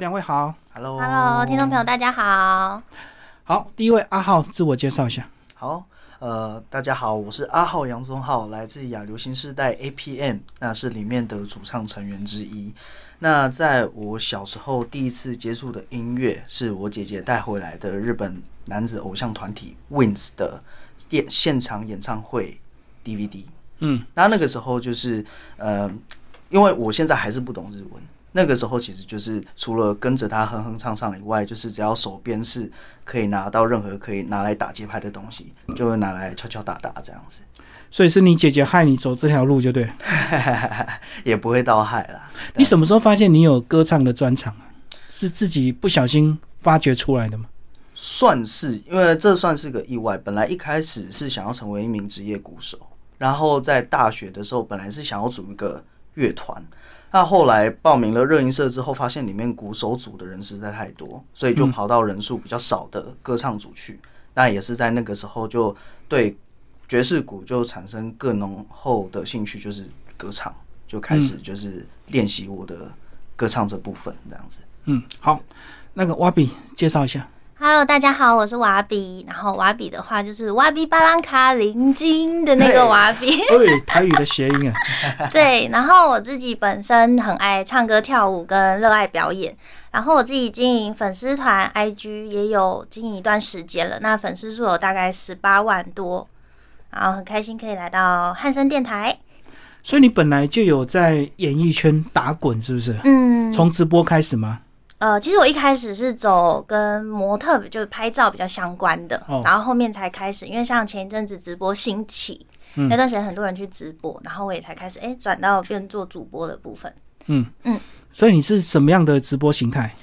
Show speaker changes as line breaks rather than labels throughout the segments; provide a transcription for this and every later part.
两位好
Hello
Hello，听众朋友，大家好。
好，第一位阿浩，自我介绍一下。
好，呃，大家好，我是阿浩杨宗浩，来自亚流行世代 APM，那是里面的主唱成员之一。那在我小时候第一次接触的音乐，是我姐姐带回来的日本男子偶像团体 Wins 的电现场演唱会 DVD。
嗯，
那那个时候就是，呃，因为我现在还是不懂日文。那个时候其实就是除了跟着他哼哼唱唱以外，就是只要手边是可以拿到任何可以拿来打节拍的东西，就会拿来敲敲打打这样子，
所以是你姐姐害你走这条路，就对了。
也不会到害啦。
你什么时候发现你有歌唱的专长啊？是自己不小心发掘出来的吗？
算是，因为这算是个意外。本来一开始是想要成为一名职业鼓手，然后在大学的时候，本来是想要组一个乐团。那后来报名了热音社之后，发现里面鼓手组的人实在太多，所以就跑到人数比较少的歌唱组去。那也是在那个时候，就对爵士鼓就产生更浓厚的兴趣，就是歌唱，就开始就是练习我的歌唱这部分这样子。
嗯，好，那个瓦比介绍一 下。
Hello，大家好，我是瓦比。然后瓦比的话就是瓦比巴朗卡林金的那个瓦 比。
哎，台语的谐音啊。
对，然后我自己本身很爱唱歌、跳舞跟热爱表演。然后我自己经营粉丝团 IG 也有经营一段时间了，那粉丝数有大概十八万多。然后很开心可以来到汉森电台。
所以你本来就有在演艺圈打滚，是不是？
嗯，
从直播开始吗？
呃，其实我一开始是走跟模特就是拍照比较相关的，
哦
然后后面才开始，因为像前一阵子直播兴起，
嗯
那段时间很多人去直播，然后我也才开始哎转到变做主播的部分，
嗯
嗯。
所以你是什么样的直播形态？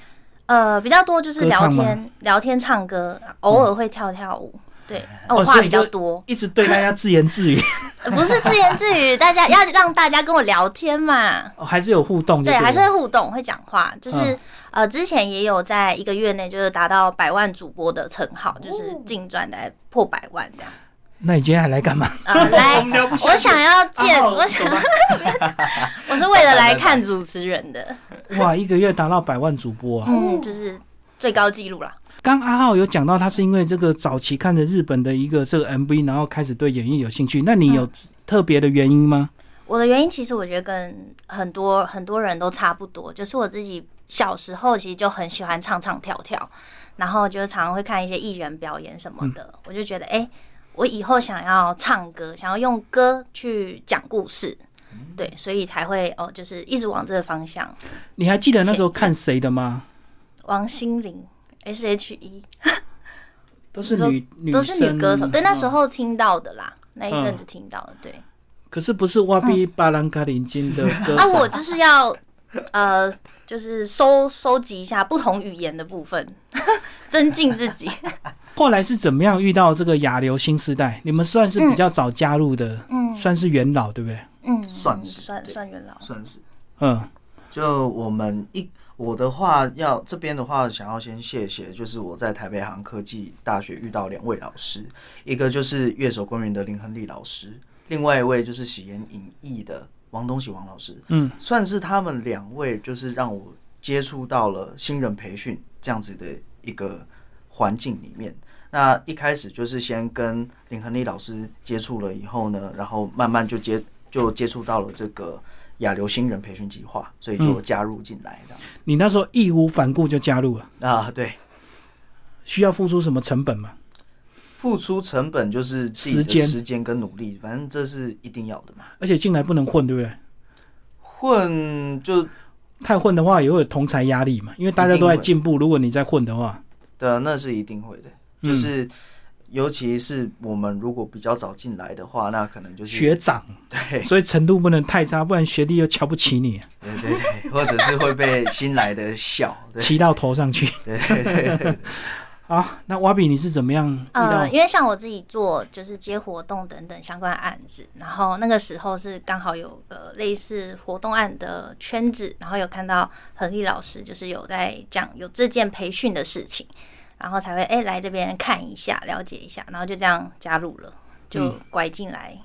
呃，比较多就是
歌
聊
唱吗
天、聊天、唱歌，偶尔会跳跳舞。对，
哦
我话
所以
比较
就
多，
一直对大家自言 自语，
呃不是自言自语，大家要让大家跟我聊天嘛。
哦还是有互动就
对，
了
还是会互动，会讲话，就是、
嗯
呃，之前也有在一个月内就是达到百万主播的称号，就是净赚来破百万这样。
那你今天还来干嘛？
啊、来，
聊不下去
我想要见，
啊
我想
走吧
我是为了来看主持人的，
哇，一个月达到百万主播啊！
嗯，就是最高纪录啦。
刚阿浩有讲到，他是因为这个早期看的日本的一个这个 MV，然后开始对演艺有兴趣。那你
嗯
有特别的原因吗？
我的原因其实我觉得跟很多很多人都差不多，就是我自己小时候其实就很喜欢唱唱跳跳，然后就常常会看一些艺人表演什么的，我就觉得
嗯
哎、诶我以后想要唱歌，想要用歌去讲故事。
嗯
对，所以才会哦，就是一直往这个方向，
你还记得那时候看谁的吗？
王心凌 S H E，
都是女女
都是女歌手，
生嗯
对，那时
哦
候听到的啦，那一阵子听到的，对。
可是不是哇比巴兰卡林金的歌手？
嗯啊，我就是要，呃，就是收收集一下不同语言的部分， 增进自己。
后来是怎么样遇到这个亚流新时代？你们算是比较早加入的，
嗯
算是元老，对不对？
嗯，
算是
算
对
算元老，
算是。
嗯，
就我们一我的话要这边的话，想要先谢谢，就是我在台北航科技大学遇到两位老师，一个就是乐手公园的林亨利老师，另外一位就是喜言影艺的王东喜王老师，
嗯，
算是他们两位就是让我接触到了新人培训这样子的一个环境里面。那一开始就是先跟林亨利老师接触了以后呢，然后慢慢就接就接触到了这个亚流新人培训计划，所以
嗯
就加入进来这样子、
你那时候义无反顾就加入了，
啊。对，
需要付出什么成本吗？
付出成本就是自己
时间
的时间跟努力，反正这是一定要的嘛。
而且进来不能混，对不对？
混就
太混的话也会有同才压力嘛，因为大家都在进步。如果你在混的话，
的呃那是一定会的，
嗯
就是、尤其是我们如果比较早进来的话，那可能就是
学长，
对
所以程度不能太差，不然学弟又瞧不起你，
对对对，或者是会被新来 的笑。对
骑到头上去。
对对对对，
好，那瓦比你是怎么样遇到？
呃，因为像我自己做就是接活动等等相关案子，然后那个时候是刚好有个类似活动案的圈子，然后有看到恒利老师就是有在讲有这件培训的事情，然后才会哎、来这边看一下了解一下，然后就这样加入了，就拐进来。嗯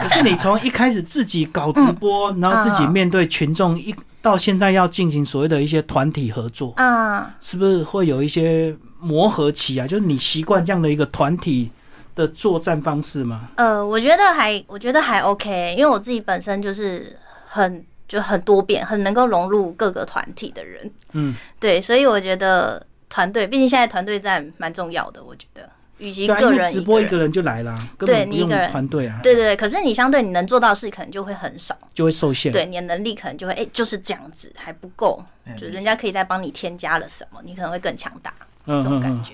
可是你从一开始自己搞直播，然后自己面对群众一。到现在要进行所谓的一些团体合作，
嗯，
是不是会有一些磨合期啊？就是你习惯这样的一个团体的作战方式吗？
呃，我觉得还我觉得还 OK，因为我自己本身就是很就很多变，很能够融入各个团体的人，
嗯，
对，所以我觉得团队，毕竟现在团队战蛮重要的，我觉得，与其
对啊，
个
因
人
为直播一
人
个人就来啦，根
对
本不
你一
用
个人
团队啊，
对对对，可是你相对你能做到的事可能就会很少，
就会受限。
对，你的能力可能就会哎、就是这样子还不够，就是
哎
人家可以再帮你添加了什么，你可能会更强大这
嗯嗯
种感
嗯。
觉。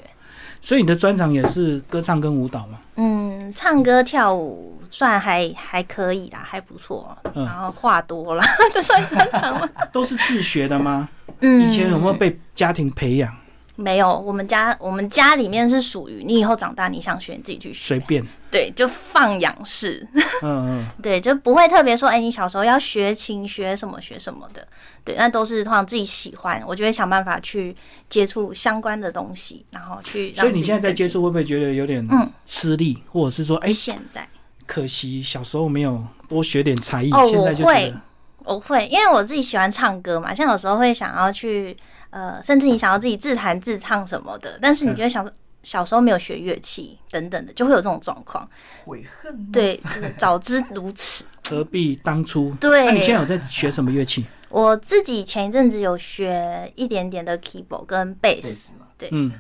所以你的专长也是歌唱跟舞蹈嘛？
嗯，唱歌跳舞算还还可以啦，还不错。
嗯
然后话多啦，这算专长吗？
都是自学的吗？
嗯，
以前有没有被家庭培养？
没有？我们家我们家里面是属于你以后长大你想学你自己去
随
学，
便，
对，就放养式，
嗯嗯。
对，就不会特别说，哎、你小时候要学琴、学什么、学什么的，对，那都是通常自己喜欢，我就会想办法去接触相关的东西，然后去让
所以你
自己
现在在
更
接
进步。
触，会不会觉得有点
嗯
吃力，或者是说，哎、
现在
可惜小时候没有多学点才艺，
哦
现在就觉
我会
得，
我会，因为我自己喜欢唱歌嘛，像有时候会想要去，呃，甚至你想要自己自弹自唱什么的，但是
嗯
你就会想说。小时候没有学乐器等等的，就会有这种状况。
悔
嗯
恨。
对，真的早知如此。
何必当初？
对，
那你现在有在学什么乐器？
我自己前一阵子有学一点点的 keyboard 跟贝
对
斯，
嗯，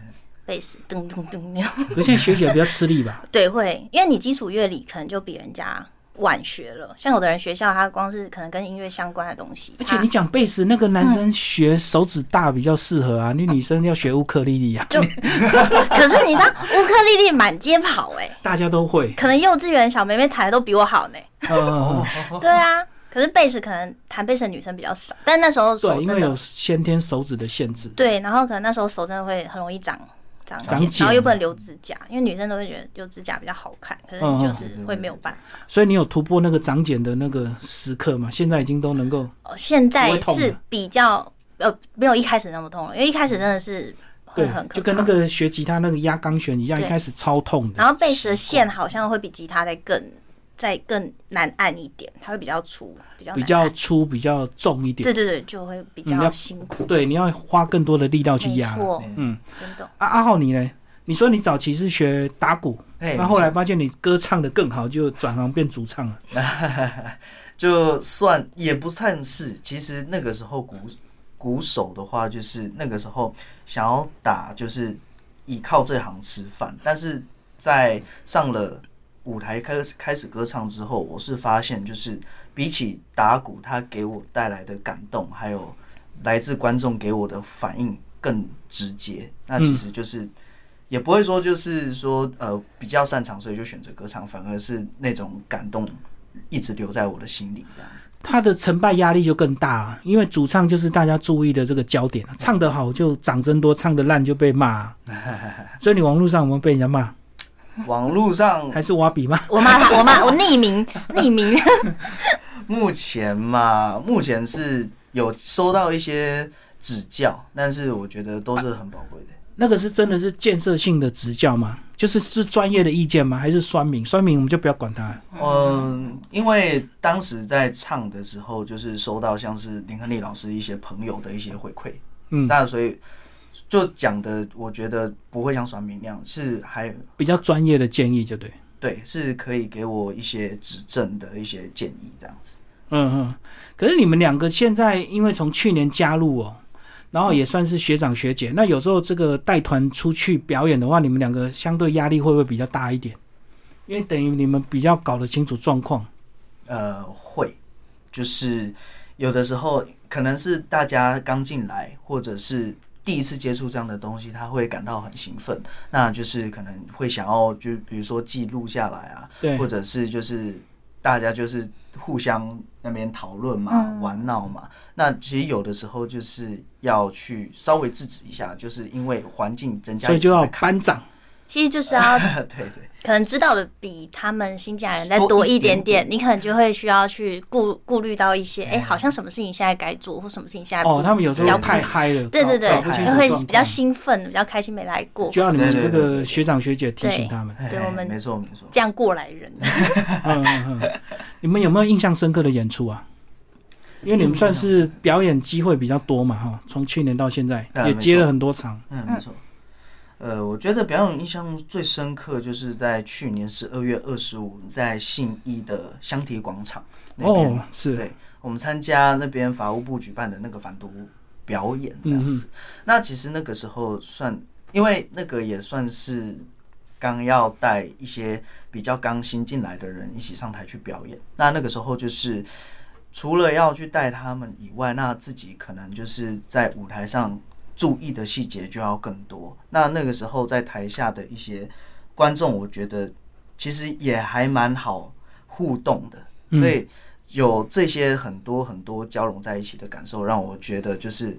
贝斯噔噔噔那样。
可现在学起来比较吃力吧？
对，会，因为你基础乐理可能就比人家晚学了。像有的人学校他光是可能跟音乐相关的东西，
而且
他
你讲贝斯，那个男生学手指大比较适合啊，
嗯
你女生要学乌克丽丽啊，
就，可是你当乌克丽丽满街跑哎、
大家都 会。
可能幼稚园小妹妹弹的都比我好呢、
嗯嗯，嗯
对啊，可是贝斯可能弹贝斯的女生比较少，但那时候手
对，啊因
真
为有
的
先天手指的限制。
对，然后可能那时候手真的会很容易长。长
长
茧，然后
茧
又不能留指甲，因为女生都会觉得留指甲比较好看，可是
嗯嗯
你就是会没有办法。
所以你有突破那个长茧的那个时刻嘛？现在已经都能够
哦，现
不
在
会痛啊
是
的
比较呃没有一开始那么痛了，因为一开始真的是会
对
很，可
就跟那
怕。
个学吉他那个压钢弦一样，一
对
开始超痛的。
然后贝斯的线好像会比吉他再更再更难按一点，它会比较粗，比较
比
难
较
按
粗、比较重一点
对。对对，就会比
嗯要
较辛苦。
对，你要花更多的力道去
没
压。
错，
嗯，
真的。
啊，阿浩你呢？你说你早期是学打鼓，
哎，
那、后来发现你歌唱的更好，就转行变主唱了。
就算也不算是，其实那个时候鼓鼓手的话，就是那个时候想要打，就是依靠这行吃饭。但是在上了舞台开始开始歌唱之后，我是发现，就是比起打鼓，它给我带来的感动，还有来自观众给我的反应更直接。那其实就是。也不会说就是说呃比较擅长，所以就选择歌唱，反而是那种感动一直留在我的心里，这样子。
他的成败压力就更大、啊，因为主唱就是大家注意的这个焦点、啊，唱得好就掌声多，唱得烂就被骂啊、所以你网络上有没有被人家骂？
网络上
还是挖比骂？
我骂他，我骂我匿名匿名，
目前嘛，目前是有收到一些指教，但是我觉得都是很宝贵的。
那个是真的是建设性的指教吗？就是是专业的意见吗？还是酸民？酸民我们就不要管他了。
嗯，因为当时在唱的时候，就是收到像是林亨利老师一些朋友的一些回馈，
嗯，
那所以就讲的，我觉得不会像酸民那样，是还
比较专业的建议就对。
对，是可以给我一些指正的一些建议，这样子。
嗯嗯，可是你们两个现在因为从去年加入哦，然后也算是学长学姐，那有时候这个带团出去表演的话，你们两个相对压力会不会比较大一点？因为等于你们比较搞得清楚状况，
呃，会，就是有的时候可能是大家刚进来，或者是第一次接触这样的东西，他会感到很兴奋，那就是可能会想要就比如说记录下来啊，
对
或，者是就是大家就是互相那边讨论嘛、
嗯
玩闹嘛。那其实有的时候就是要去稍微制止一下，就是因为环境人家
所以
也是
就要
在看
班长，哦
其实就是要
对对。
可能知道的比他们新进来人再
多
多
一
一点
点
点，你可能就会需要去顾顾虑到一些，哎，好像什么事情现在该做，或什么事情现在
嗯哦
不，
他们有时
比
候
较
太嗨了，
对对
搞搞不清楚
对，会
状
比较
况
兴奋，比较开心没来过，
就要你们
对
这
对对
个学长学姐提醒他们。
对
哎
我们
没错没错，
这样过来人。
嗯嗯嗯嗯，你们有没有印象深刻的演出啊？因为你们算是表演机会比较多嘛，哈，从去年到现在
对啊
也
没
接了
错
很多场，
嗯，没错。呃，我觉得表演印象最深刻就是在去年十二月二十五，在信义的香堤广场那边，
哦，是，
对我们参加那边法务部举办的那个反毒表演这样子。那其实那个时候算，因为那个也算是刚要带一些比较刚新进来的人一起上台去表演。那那个时候就是除了要去带他们以外，那自己可能就是在舞台上注意的细节就要更多。那那个时候在台下的一些观众，我觉得其实也还蛮好互动的，
嗯
所以有这些很多很多交融在一起的感受，让我觉得就是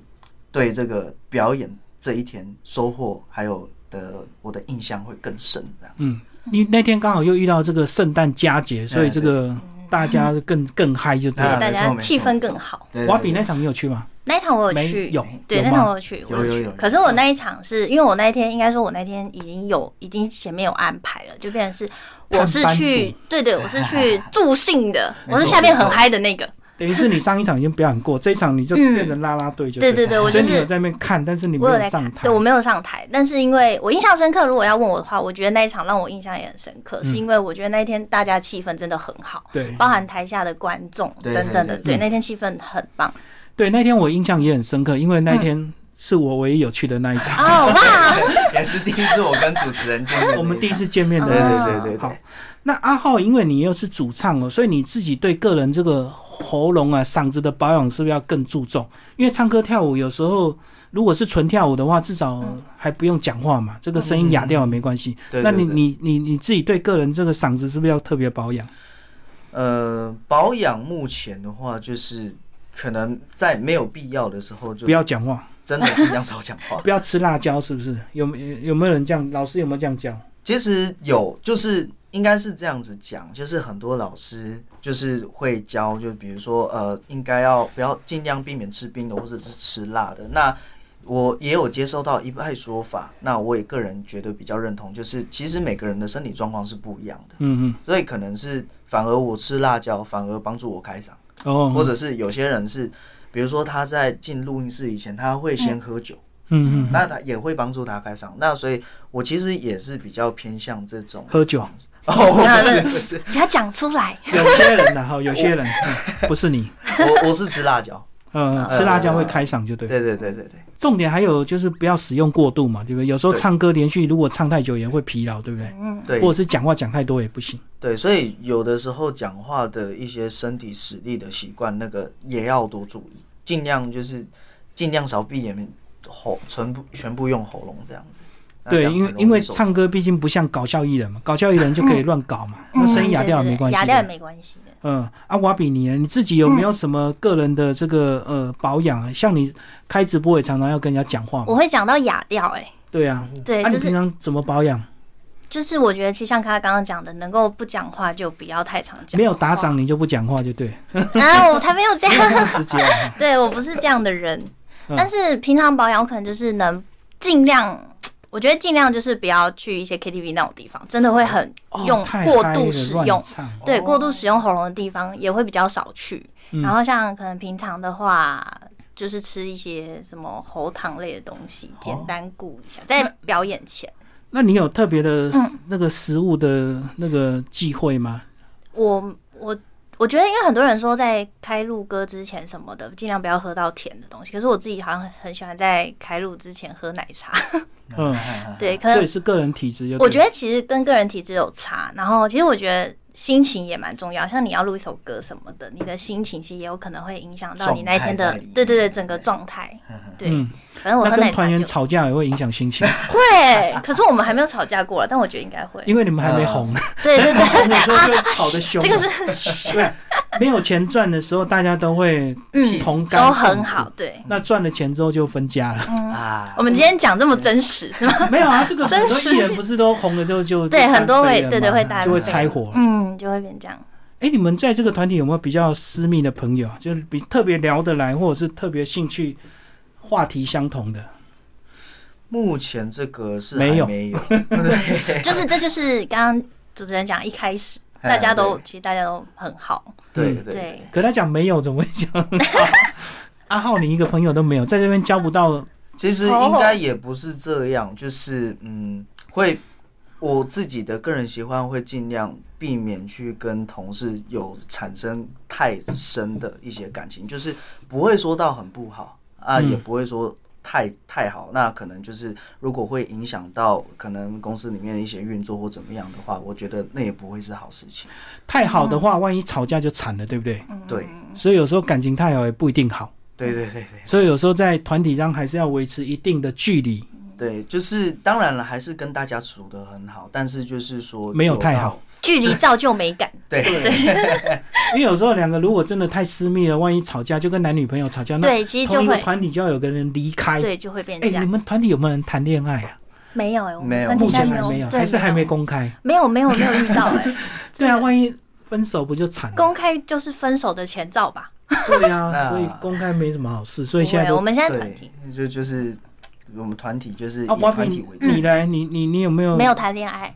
对这个表演这一天收获还有的我的印象会更深。这样，
嗯，你那天刚好又遇到这个圣诞佳节，所以
哎
这个大家更更嗨就对
啊
了。
大
没
家
错没错
气氛更好。
对
瓦比那
对
场你有去吗？
那一场我有
没
去，
有，
对，
有
那场
吗？
我有去，
有
我
有
去
有
可是我那一场是因为我那一天应该说，我那天已经有已经前面有安排了，就变成是我是
探班
去
组，
对对，我是 去助兴的，
没
我
错
是下面
没错
很嗨的那个。
等于是你上一场已经表演过，这一场你就
嗯
变成啦啦队就
对
对
对对我
所以
就
你有
是
在那边看，但是你没
我有在
上
看，
台
对。我没有上台，但是因为我印象深刻，如果要问我的话，我觉得那一场让我印象也很深刻，是因为我觉得那一天大家气氛真的很好，
嗯对
包含台下的观众
对
等等的，
对
对
嗯
对，那天气氛很 棒。
对，那天我印象也很深刻，因为
嗯
那天是我唯一有去的那一场，
哦哇，
也是第一次我跟主持人见面的一场，
我们第一次见面的
对
那一
对
场。
对对
好
对，，
那阿浩，因为你又是主唱哦，所以你自己对个人这个喉咙啊、嗓子的保养是不是要更注重？因为唱歌跳舞有时候，如果是纯跳舞的话，至少还不用讲话嘛，这个声音哑掉也没关系。
嗯对
那你
对对
你你你自己对个人这个嗓子是不是要特别保养？
呃，保养目前的话，就是可能在没有必要的时候，就
不要讲话，
真的尽量少讲话。
不要吃辣椒，是不是？有没有有没有人这样？老师有没有这样讲？
其实有，就是应该是这样子讲，就是很多老师就是会教，就比如说呃，应该要不要尽量避免吃冰的或者是吃辣的。那我也有接收到一派说法，那我也个人觉得比较认同，就是其实每个人的身体状况是不一样的，
嗯
所以可能是反而我吃辣椒反而帮助我开嗓。
嗯，哦，
或者是有些人是，比如说他在进录音室以前，他会先喝酒，
嗯嗯嗯，
那他也会帮助他开嗓。那所以，我其实也是比较偏向这种
喝酒，
哦，
那
不是
那
不是，
给他讲出来，
有些人的哈，有些人、嗯不是你，
我我是吃辣椒，
呃，吃辣椒会开嗓就对了。
对对对对对，
重点还有就是不要使用过度嘛，对不对？有时候
对
唱歌连续如果唱太久也会疲劳，对不对？
嗯，
对
或者是讲话讲太多也不行。
对，所以有的时候讲话的一些身体实力的习惯，那个也要多注意，尽量就是尽量少闭眼喉，全部全部用喉咙这样子。那这
对，
样
因为
很容易
因为
受
唱歌毕竟不像搞笑艺人嘛，搞笑艺人就可以乱搞嘛，
嗯
那声音哑掉也没关系
嗯对对对
的。
哑掉也没嗯关系的。
嗯，啊，瓦比你呢？你自己有没有什么个人的这个呃保养啊？像你开直播也常常要跟人家讲话
我
嘛，
会讲到哑掉，哎，
对啊。
对，
啊，你
就
平
是
常怎么保养？
就是，我觉得其实像他刚刚讲的，能够不讲话就不要太常讲，
没有打，赏你就不讲话就 对，
啊，我才没有这样。
那么直接啊。
对我不是这样的人，
嗯
但是平常保养我可能就是能尽量，我觉得尽量就是不要去一些 KTV 那种地方，真的会很用
哦太
过
嗨
度
了
使
乱
用。
唱
对，过度使用喉咙的地方也会比较少去。
嗯
然后像可能平常的话，就是吃一些什么喉糖类的东西，简单顾一下，在表演前。
那你有特别的
嗯
那个食物的那个忌讳吗？
我我我觉得，因为很多人说在开录歌之前什么的，尽量不要喝到甜的东西。可是我自己好像很喜欢在开录之前喝奶茶，
嗯，
对，可
所
能
以是个人体质就对。
我觉得其实跟个人体质有差，然后其实我觉得心情也蛮重要。像你要录一首歌什么的，你的心情其实也有可能会影响到你那一天
状
的
态在里面，
对对对，整个状态。对，
嗯，
反正我
那
喝
跟
奶
团
茶
员
就
吵架也会影响心 情，
会，可是我们还没有吵架过了，但我觉得应该会。
因为你们还没红，
对对 对，
红的时候就会吵得凶。啊
这个是
对，没有钱赚的时候，大家都会
嗯
同甘
都
共
很
苦
好，。对。
那赚了钱之后就分家了，
啊
我，们今天讲这么真实是吗？
没有啊？这个很
真
多
是
艺人不是都红了之后就
对
就
很多
单飞
会
了
对对
嘛
会单
就会
飞
拆伙。
嗯，就会变这样。
哎，你们在这个团体有没有比较私密的朋友啊？就是比特别聊得来，或者是特别兴趣话题相同的？
目前这个是
没
还
有
没有，
就是这就是刚刚主持人讲一开始，
哎
大家都
对
哎
其实大家都很好，
对
嗯
对对，
对，
可他讲没有，怎么会讲？ 阿浩，你一个朋友都没有，在这边交不到，
其实应该也不是这样，就是嗯，会我自己的个人喜欢会尽量避免去跟同事有产生太深的一些感情，就是不会说到很不好啊，
嗯
也不会说。太太好，那可能就是如果会影响到可能公司里面的一些运作或怎么样的话，我觉得那也不会是好事情。
太好的话，万一吵架就惨了，对不对？
对
所以有时候感情太好也不一定好，
对对对对。
所以有时候在团体上还是要维持一定的距离。
对，就是当然了，还是跟大家处得很好，但是就是说
没有
到
太好，
距离造就美感。
对
因为有时候两个如果真的太私密了，万一吵架就跟男女朋友吵架，那
对，其实就
同一个
会
团体就要有个人离开。
对就会变
哎、
这样
你。们团体有没有人谈恋爱啊？
没有哎，我
没有
们团
目
体
前
现
还
在
没
没
有，
对
还是还没公开。
没有没有没有遇到哎，
对啊，万一分手不就惨了？
公开就是分手的前兆吧？
对啊，
那
所以公开没什么好事，所以
不会
现在都
我。们现在团体
对，就就是我们团体就是以
啊，瓜
团体
皮
为，主。
你来，你你你有没有
没有谈恋爱，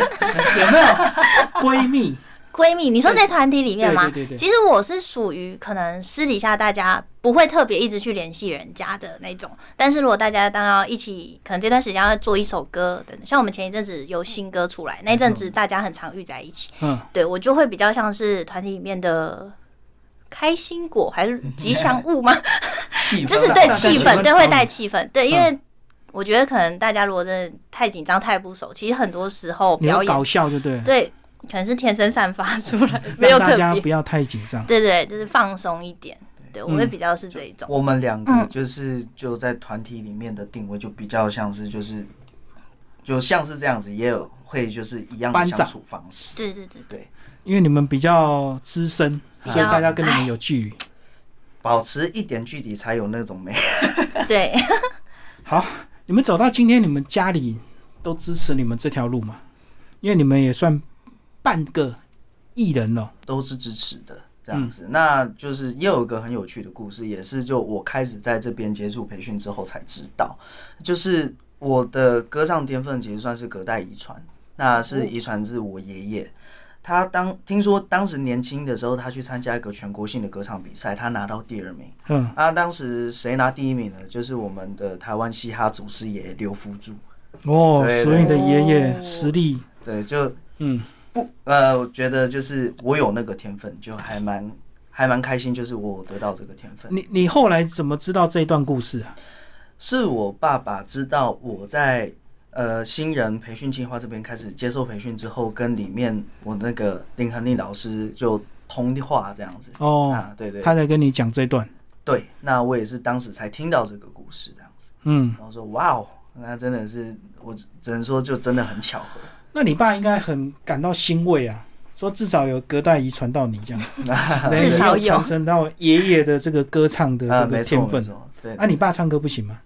有没有闺蜜？
闺蜜，你说在团 体里面吗？
对对对对
其实我是属于可能私底下大家不会特别一直去联系人家的那种，但是如果大家当要一起，可能这段时间要做一首歌等等，像我们前一阵子有新歌出来，那一阵子大家很常遇在一起，
嗯，
对我就会比较像是团体里面的。开心果还是吉祥物吗？
气氛
就是
啊
对
大家喜
气
欢
氛，对
找
会
你
带气氛，对，因
嗯
为我觉得可能大家如果真的太紧张、太不熟，其实很多时候
你要
表演
搞笑就对了，
对，可能是天生 散发出来，没有
让
特
大家
别。
不要太紧张。
对对，就是放松一点。对，我会
嗯
比较是这一种。
我们两
嗯
个就是就在团体里面的定位就比较像是就是就像是这样子，也有会就是一样的
班长
相处方式。
对对对，
因为你们比较资深，
比
所以大
较
家跟你们有距离。
保持一点距离才有那种美。
对，
好，你们走到今天，你们家里都支持你们这条路吗？因为你们也算半个艺人了。
都是支持的这样子。那就是也有一个很有趣的故事，也是就我开始在这边接触培训之后才知道，就是我的歌唱天分其实算是隔代遗传，那是遗传自我爷爷。他当听说当时年轻的时候，他去参加一个全国性的歌唱比赛，他拿到第二名。
嗯，
啊，当时谁拿第一名呢？就是我们的台湾嘻哈祖师爷刘福柱。
哦，
对
所以你的爷爷
哦
实力，
对，就
嗯，
不，呃，我觉得就是我有那个天分，就还蛮还蛮开心，就是我得到这个天分。
你你后来怎么知道这一段故事啊？
是我爸爸知道我在呃新人培训计划这边开始接受培训之后，跟里面我那个林恒利老师就通话这样子。
哦，
啊，对对
他在跟你讲这段，
对，那我也是当时才听到这个故事这样子，
嗯，
然后说哇哦，那真的是我只能说就真的很巧合。
那你爸应该很感到欣慰啊，说至少有隔代遗传到你这样 子，
至少
能够
有
传承到爷爷的这个歌唱的
啊，
这
没
个
错
天
没
分。
错，对。
啊，你爸唱歌不行吗？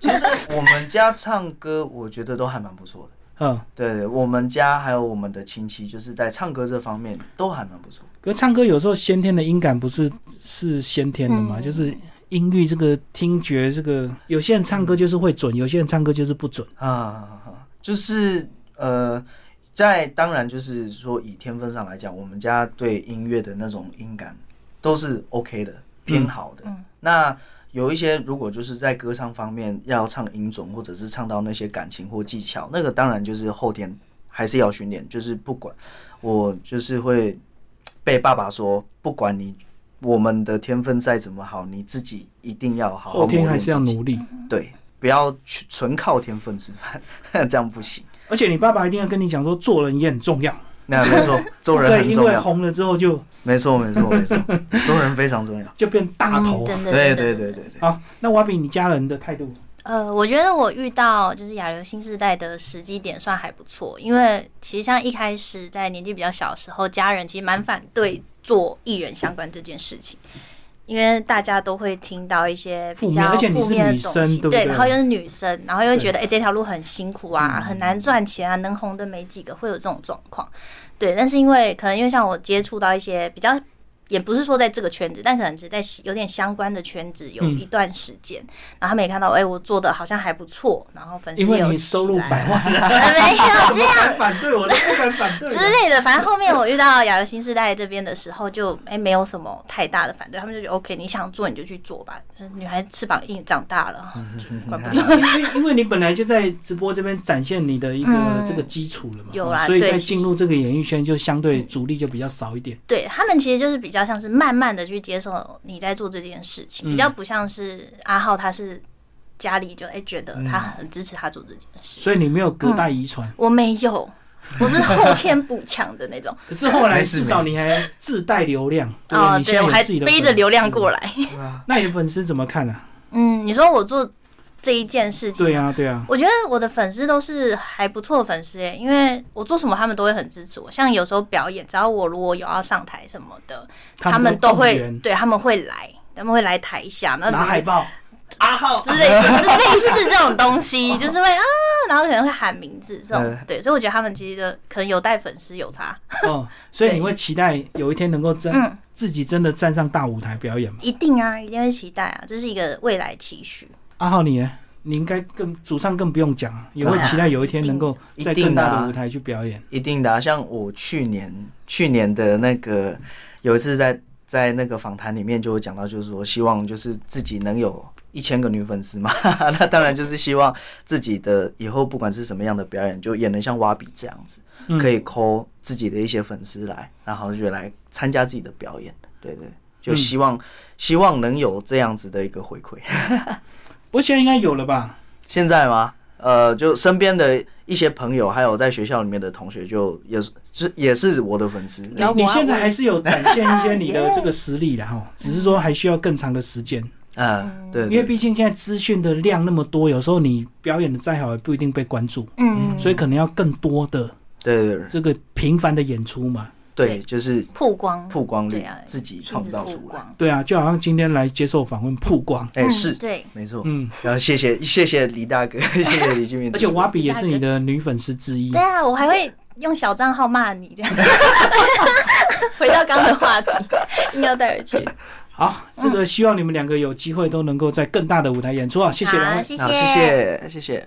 其实我们家唱歌，我觉得都还蛮不错的。
嗯，
对，我们家还有我们的亲戚，就是在唱歌这方面都还蛮不错。
可是唱歌有时候先天的音感不是是先天的嘛，
嗯
就是音域这个听觉这个，有些人唱歌就是会准，有些人唱歌就是不准。
啊，就是呃，在当然就是说以天分上来讲，我们家对音乐的那种音感都是
嗯
OK 的，偏好的。那有一些如果就是在歌唱方面要唱音准，或者是唱到那些感情或技巧，那个当然就是后天还是要训练。就是不管我就是会被爸爸说，不管你。我们的天分再怎么好，你自己一定要好好
后天
磨
还
练
是要
自己
努力，
对，不要去纯靠天分吃饭， 这样不行。
而且你爸爸一定要跟你讲说，做人也很重要。
那没错，做人
对，
很
因
重
为
要，
红了之后就
没错没错没错，做人非常重要。
就变大头啊。
嗯真的，
对
真的
对。对对 对，
好，那我要比你家人的态度，
呃，我觉得我遇到就是亚流新时代的时机点算还不错，因为其实像一开始在年纪比较小的时候，家人其实蛮反对做艺人相关这件事情，因为大家都会听到一些比较
负面而且你是
负面的东
女
西，
生对不对嗯
然后又是女生，然后又会觉得哎、诶这条路很辛苦啊，很难赚钱啊，能红的没几个，会有这种状况。对，但是因为可能因为像我接触到一些比较也不是说在这个圈子，但可能是在有点相关的圈子有
嗯
一段时间，然后他们也看到，哎、我做的好像还不错，然后粉丝
因
也
为
有
你收入
起来
百万，
呃 没
怎
有
么敢反对？我都不敢反对。
之类的，反正后面我遇到亚洲新时代这边的时候就，哎没有什么太大的反对，他们就觉得 OK，你想做你就去做吧。女孩翅膀硬，长大了，
嗯
就管不住。
因为因为你本来就在直播这边展现你的一个
嗯
这个基础了嘛，
有啦
所以
对
在
其
进入这个演艺圈就相对阻力就比较少一点。
对他们其实就是比较像是慢慢的去接受你在做这件事
嗯
情，比较不像是阿浩他是家里就哎、觉得他很支持他做这件事。
所以你没有隔代遗
嗯
传，
我没有，我是后天补强的那种。
可是后来
没事
至少
没事
你还自带流量， 对不
哦，
你现
对
在
我
有
还
自己的
背
粉
着
丝
流量过。来。
对啊，
那你的粉丝怎么看呢？
嗯，你说我做这一件事情，
对呀，对啊呀，
我觉得我的粉丝都是还不错的粉丝耶，因为我做什么他们都会很支持我。像有时候表演，只要我如果有要上台什么的，他们
都
都
动
会
员
对他们会来，他们会来台下，然
拿
后
海报，
阿浩
之类 的，之类似这种东西，就是会啊，然后可能会喊名字这种
嗯。
对，所以我觉得他们其实的可能有带粉丝有差，
嗯，所以
对
你会期待有一天能够
嗯
站自己真的站上大舞台表演吗？
一定啊，一定会期待啊，这是一个未来期许。
阿浩，你呢？你应该更主唱更不用讲啊，也会
对啊
期待有一天能够
一
在
定
更大
一定
的
的啊
舞台去表演。
一定的、啊，像我去年去年的那个有一次在在那个访谈里面就有讲到，就是说希望就是自己能有一千个女粉丝嘛， 那当然就是希望自己的以后不管是什么样的表演，就也能像挖比这样子，
嗯
可以抠自己的一些粉丝来，然后就来参加自己的表演，对对，就
嗯
希望、希望能有这样子的一个回馈。
不过现在应该有了吧？
现在吗？呃，就身边的一些朋友，还有在学校里面的同学，就也是是也是我的粉丝。
你你现在还是有展现一些你的这个实力的 哈，只是说还需要更长的时间，
嗯，对，
因为
对
毕竟现在资讯的量那么多，有时候你表演的再好也不一定被关注，
嗯，
所以可能要更多的
对对
这个频繁的演出嘛。
对，就是
曝光，
曝光
对
率
啊，
自己创造
一直
出
曝
来。
光。
对啊，就好像今天来接受访问曝光，
哎，
嗯
是，
对，
没错。
嗯，
然后谢谢谢谢李大哥， 谢谢李金明
而
主持
且
人，
瓦比也是你的女粉丝之一
对。啊，我还会用小账号骂你 这样。回到刚刚的话题，硬要带回去。
好，这
嗯
个希望你们两个有机会都能够在更大的舞台演出啊！谢谢两位
好，。谢
好，谢谢谢谢。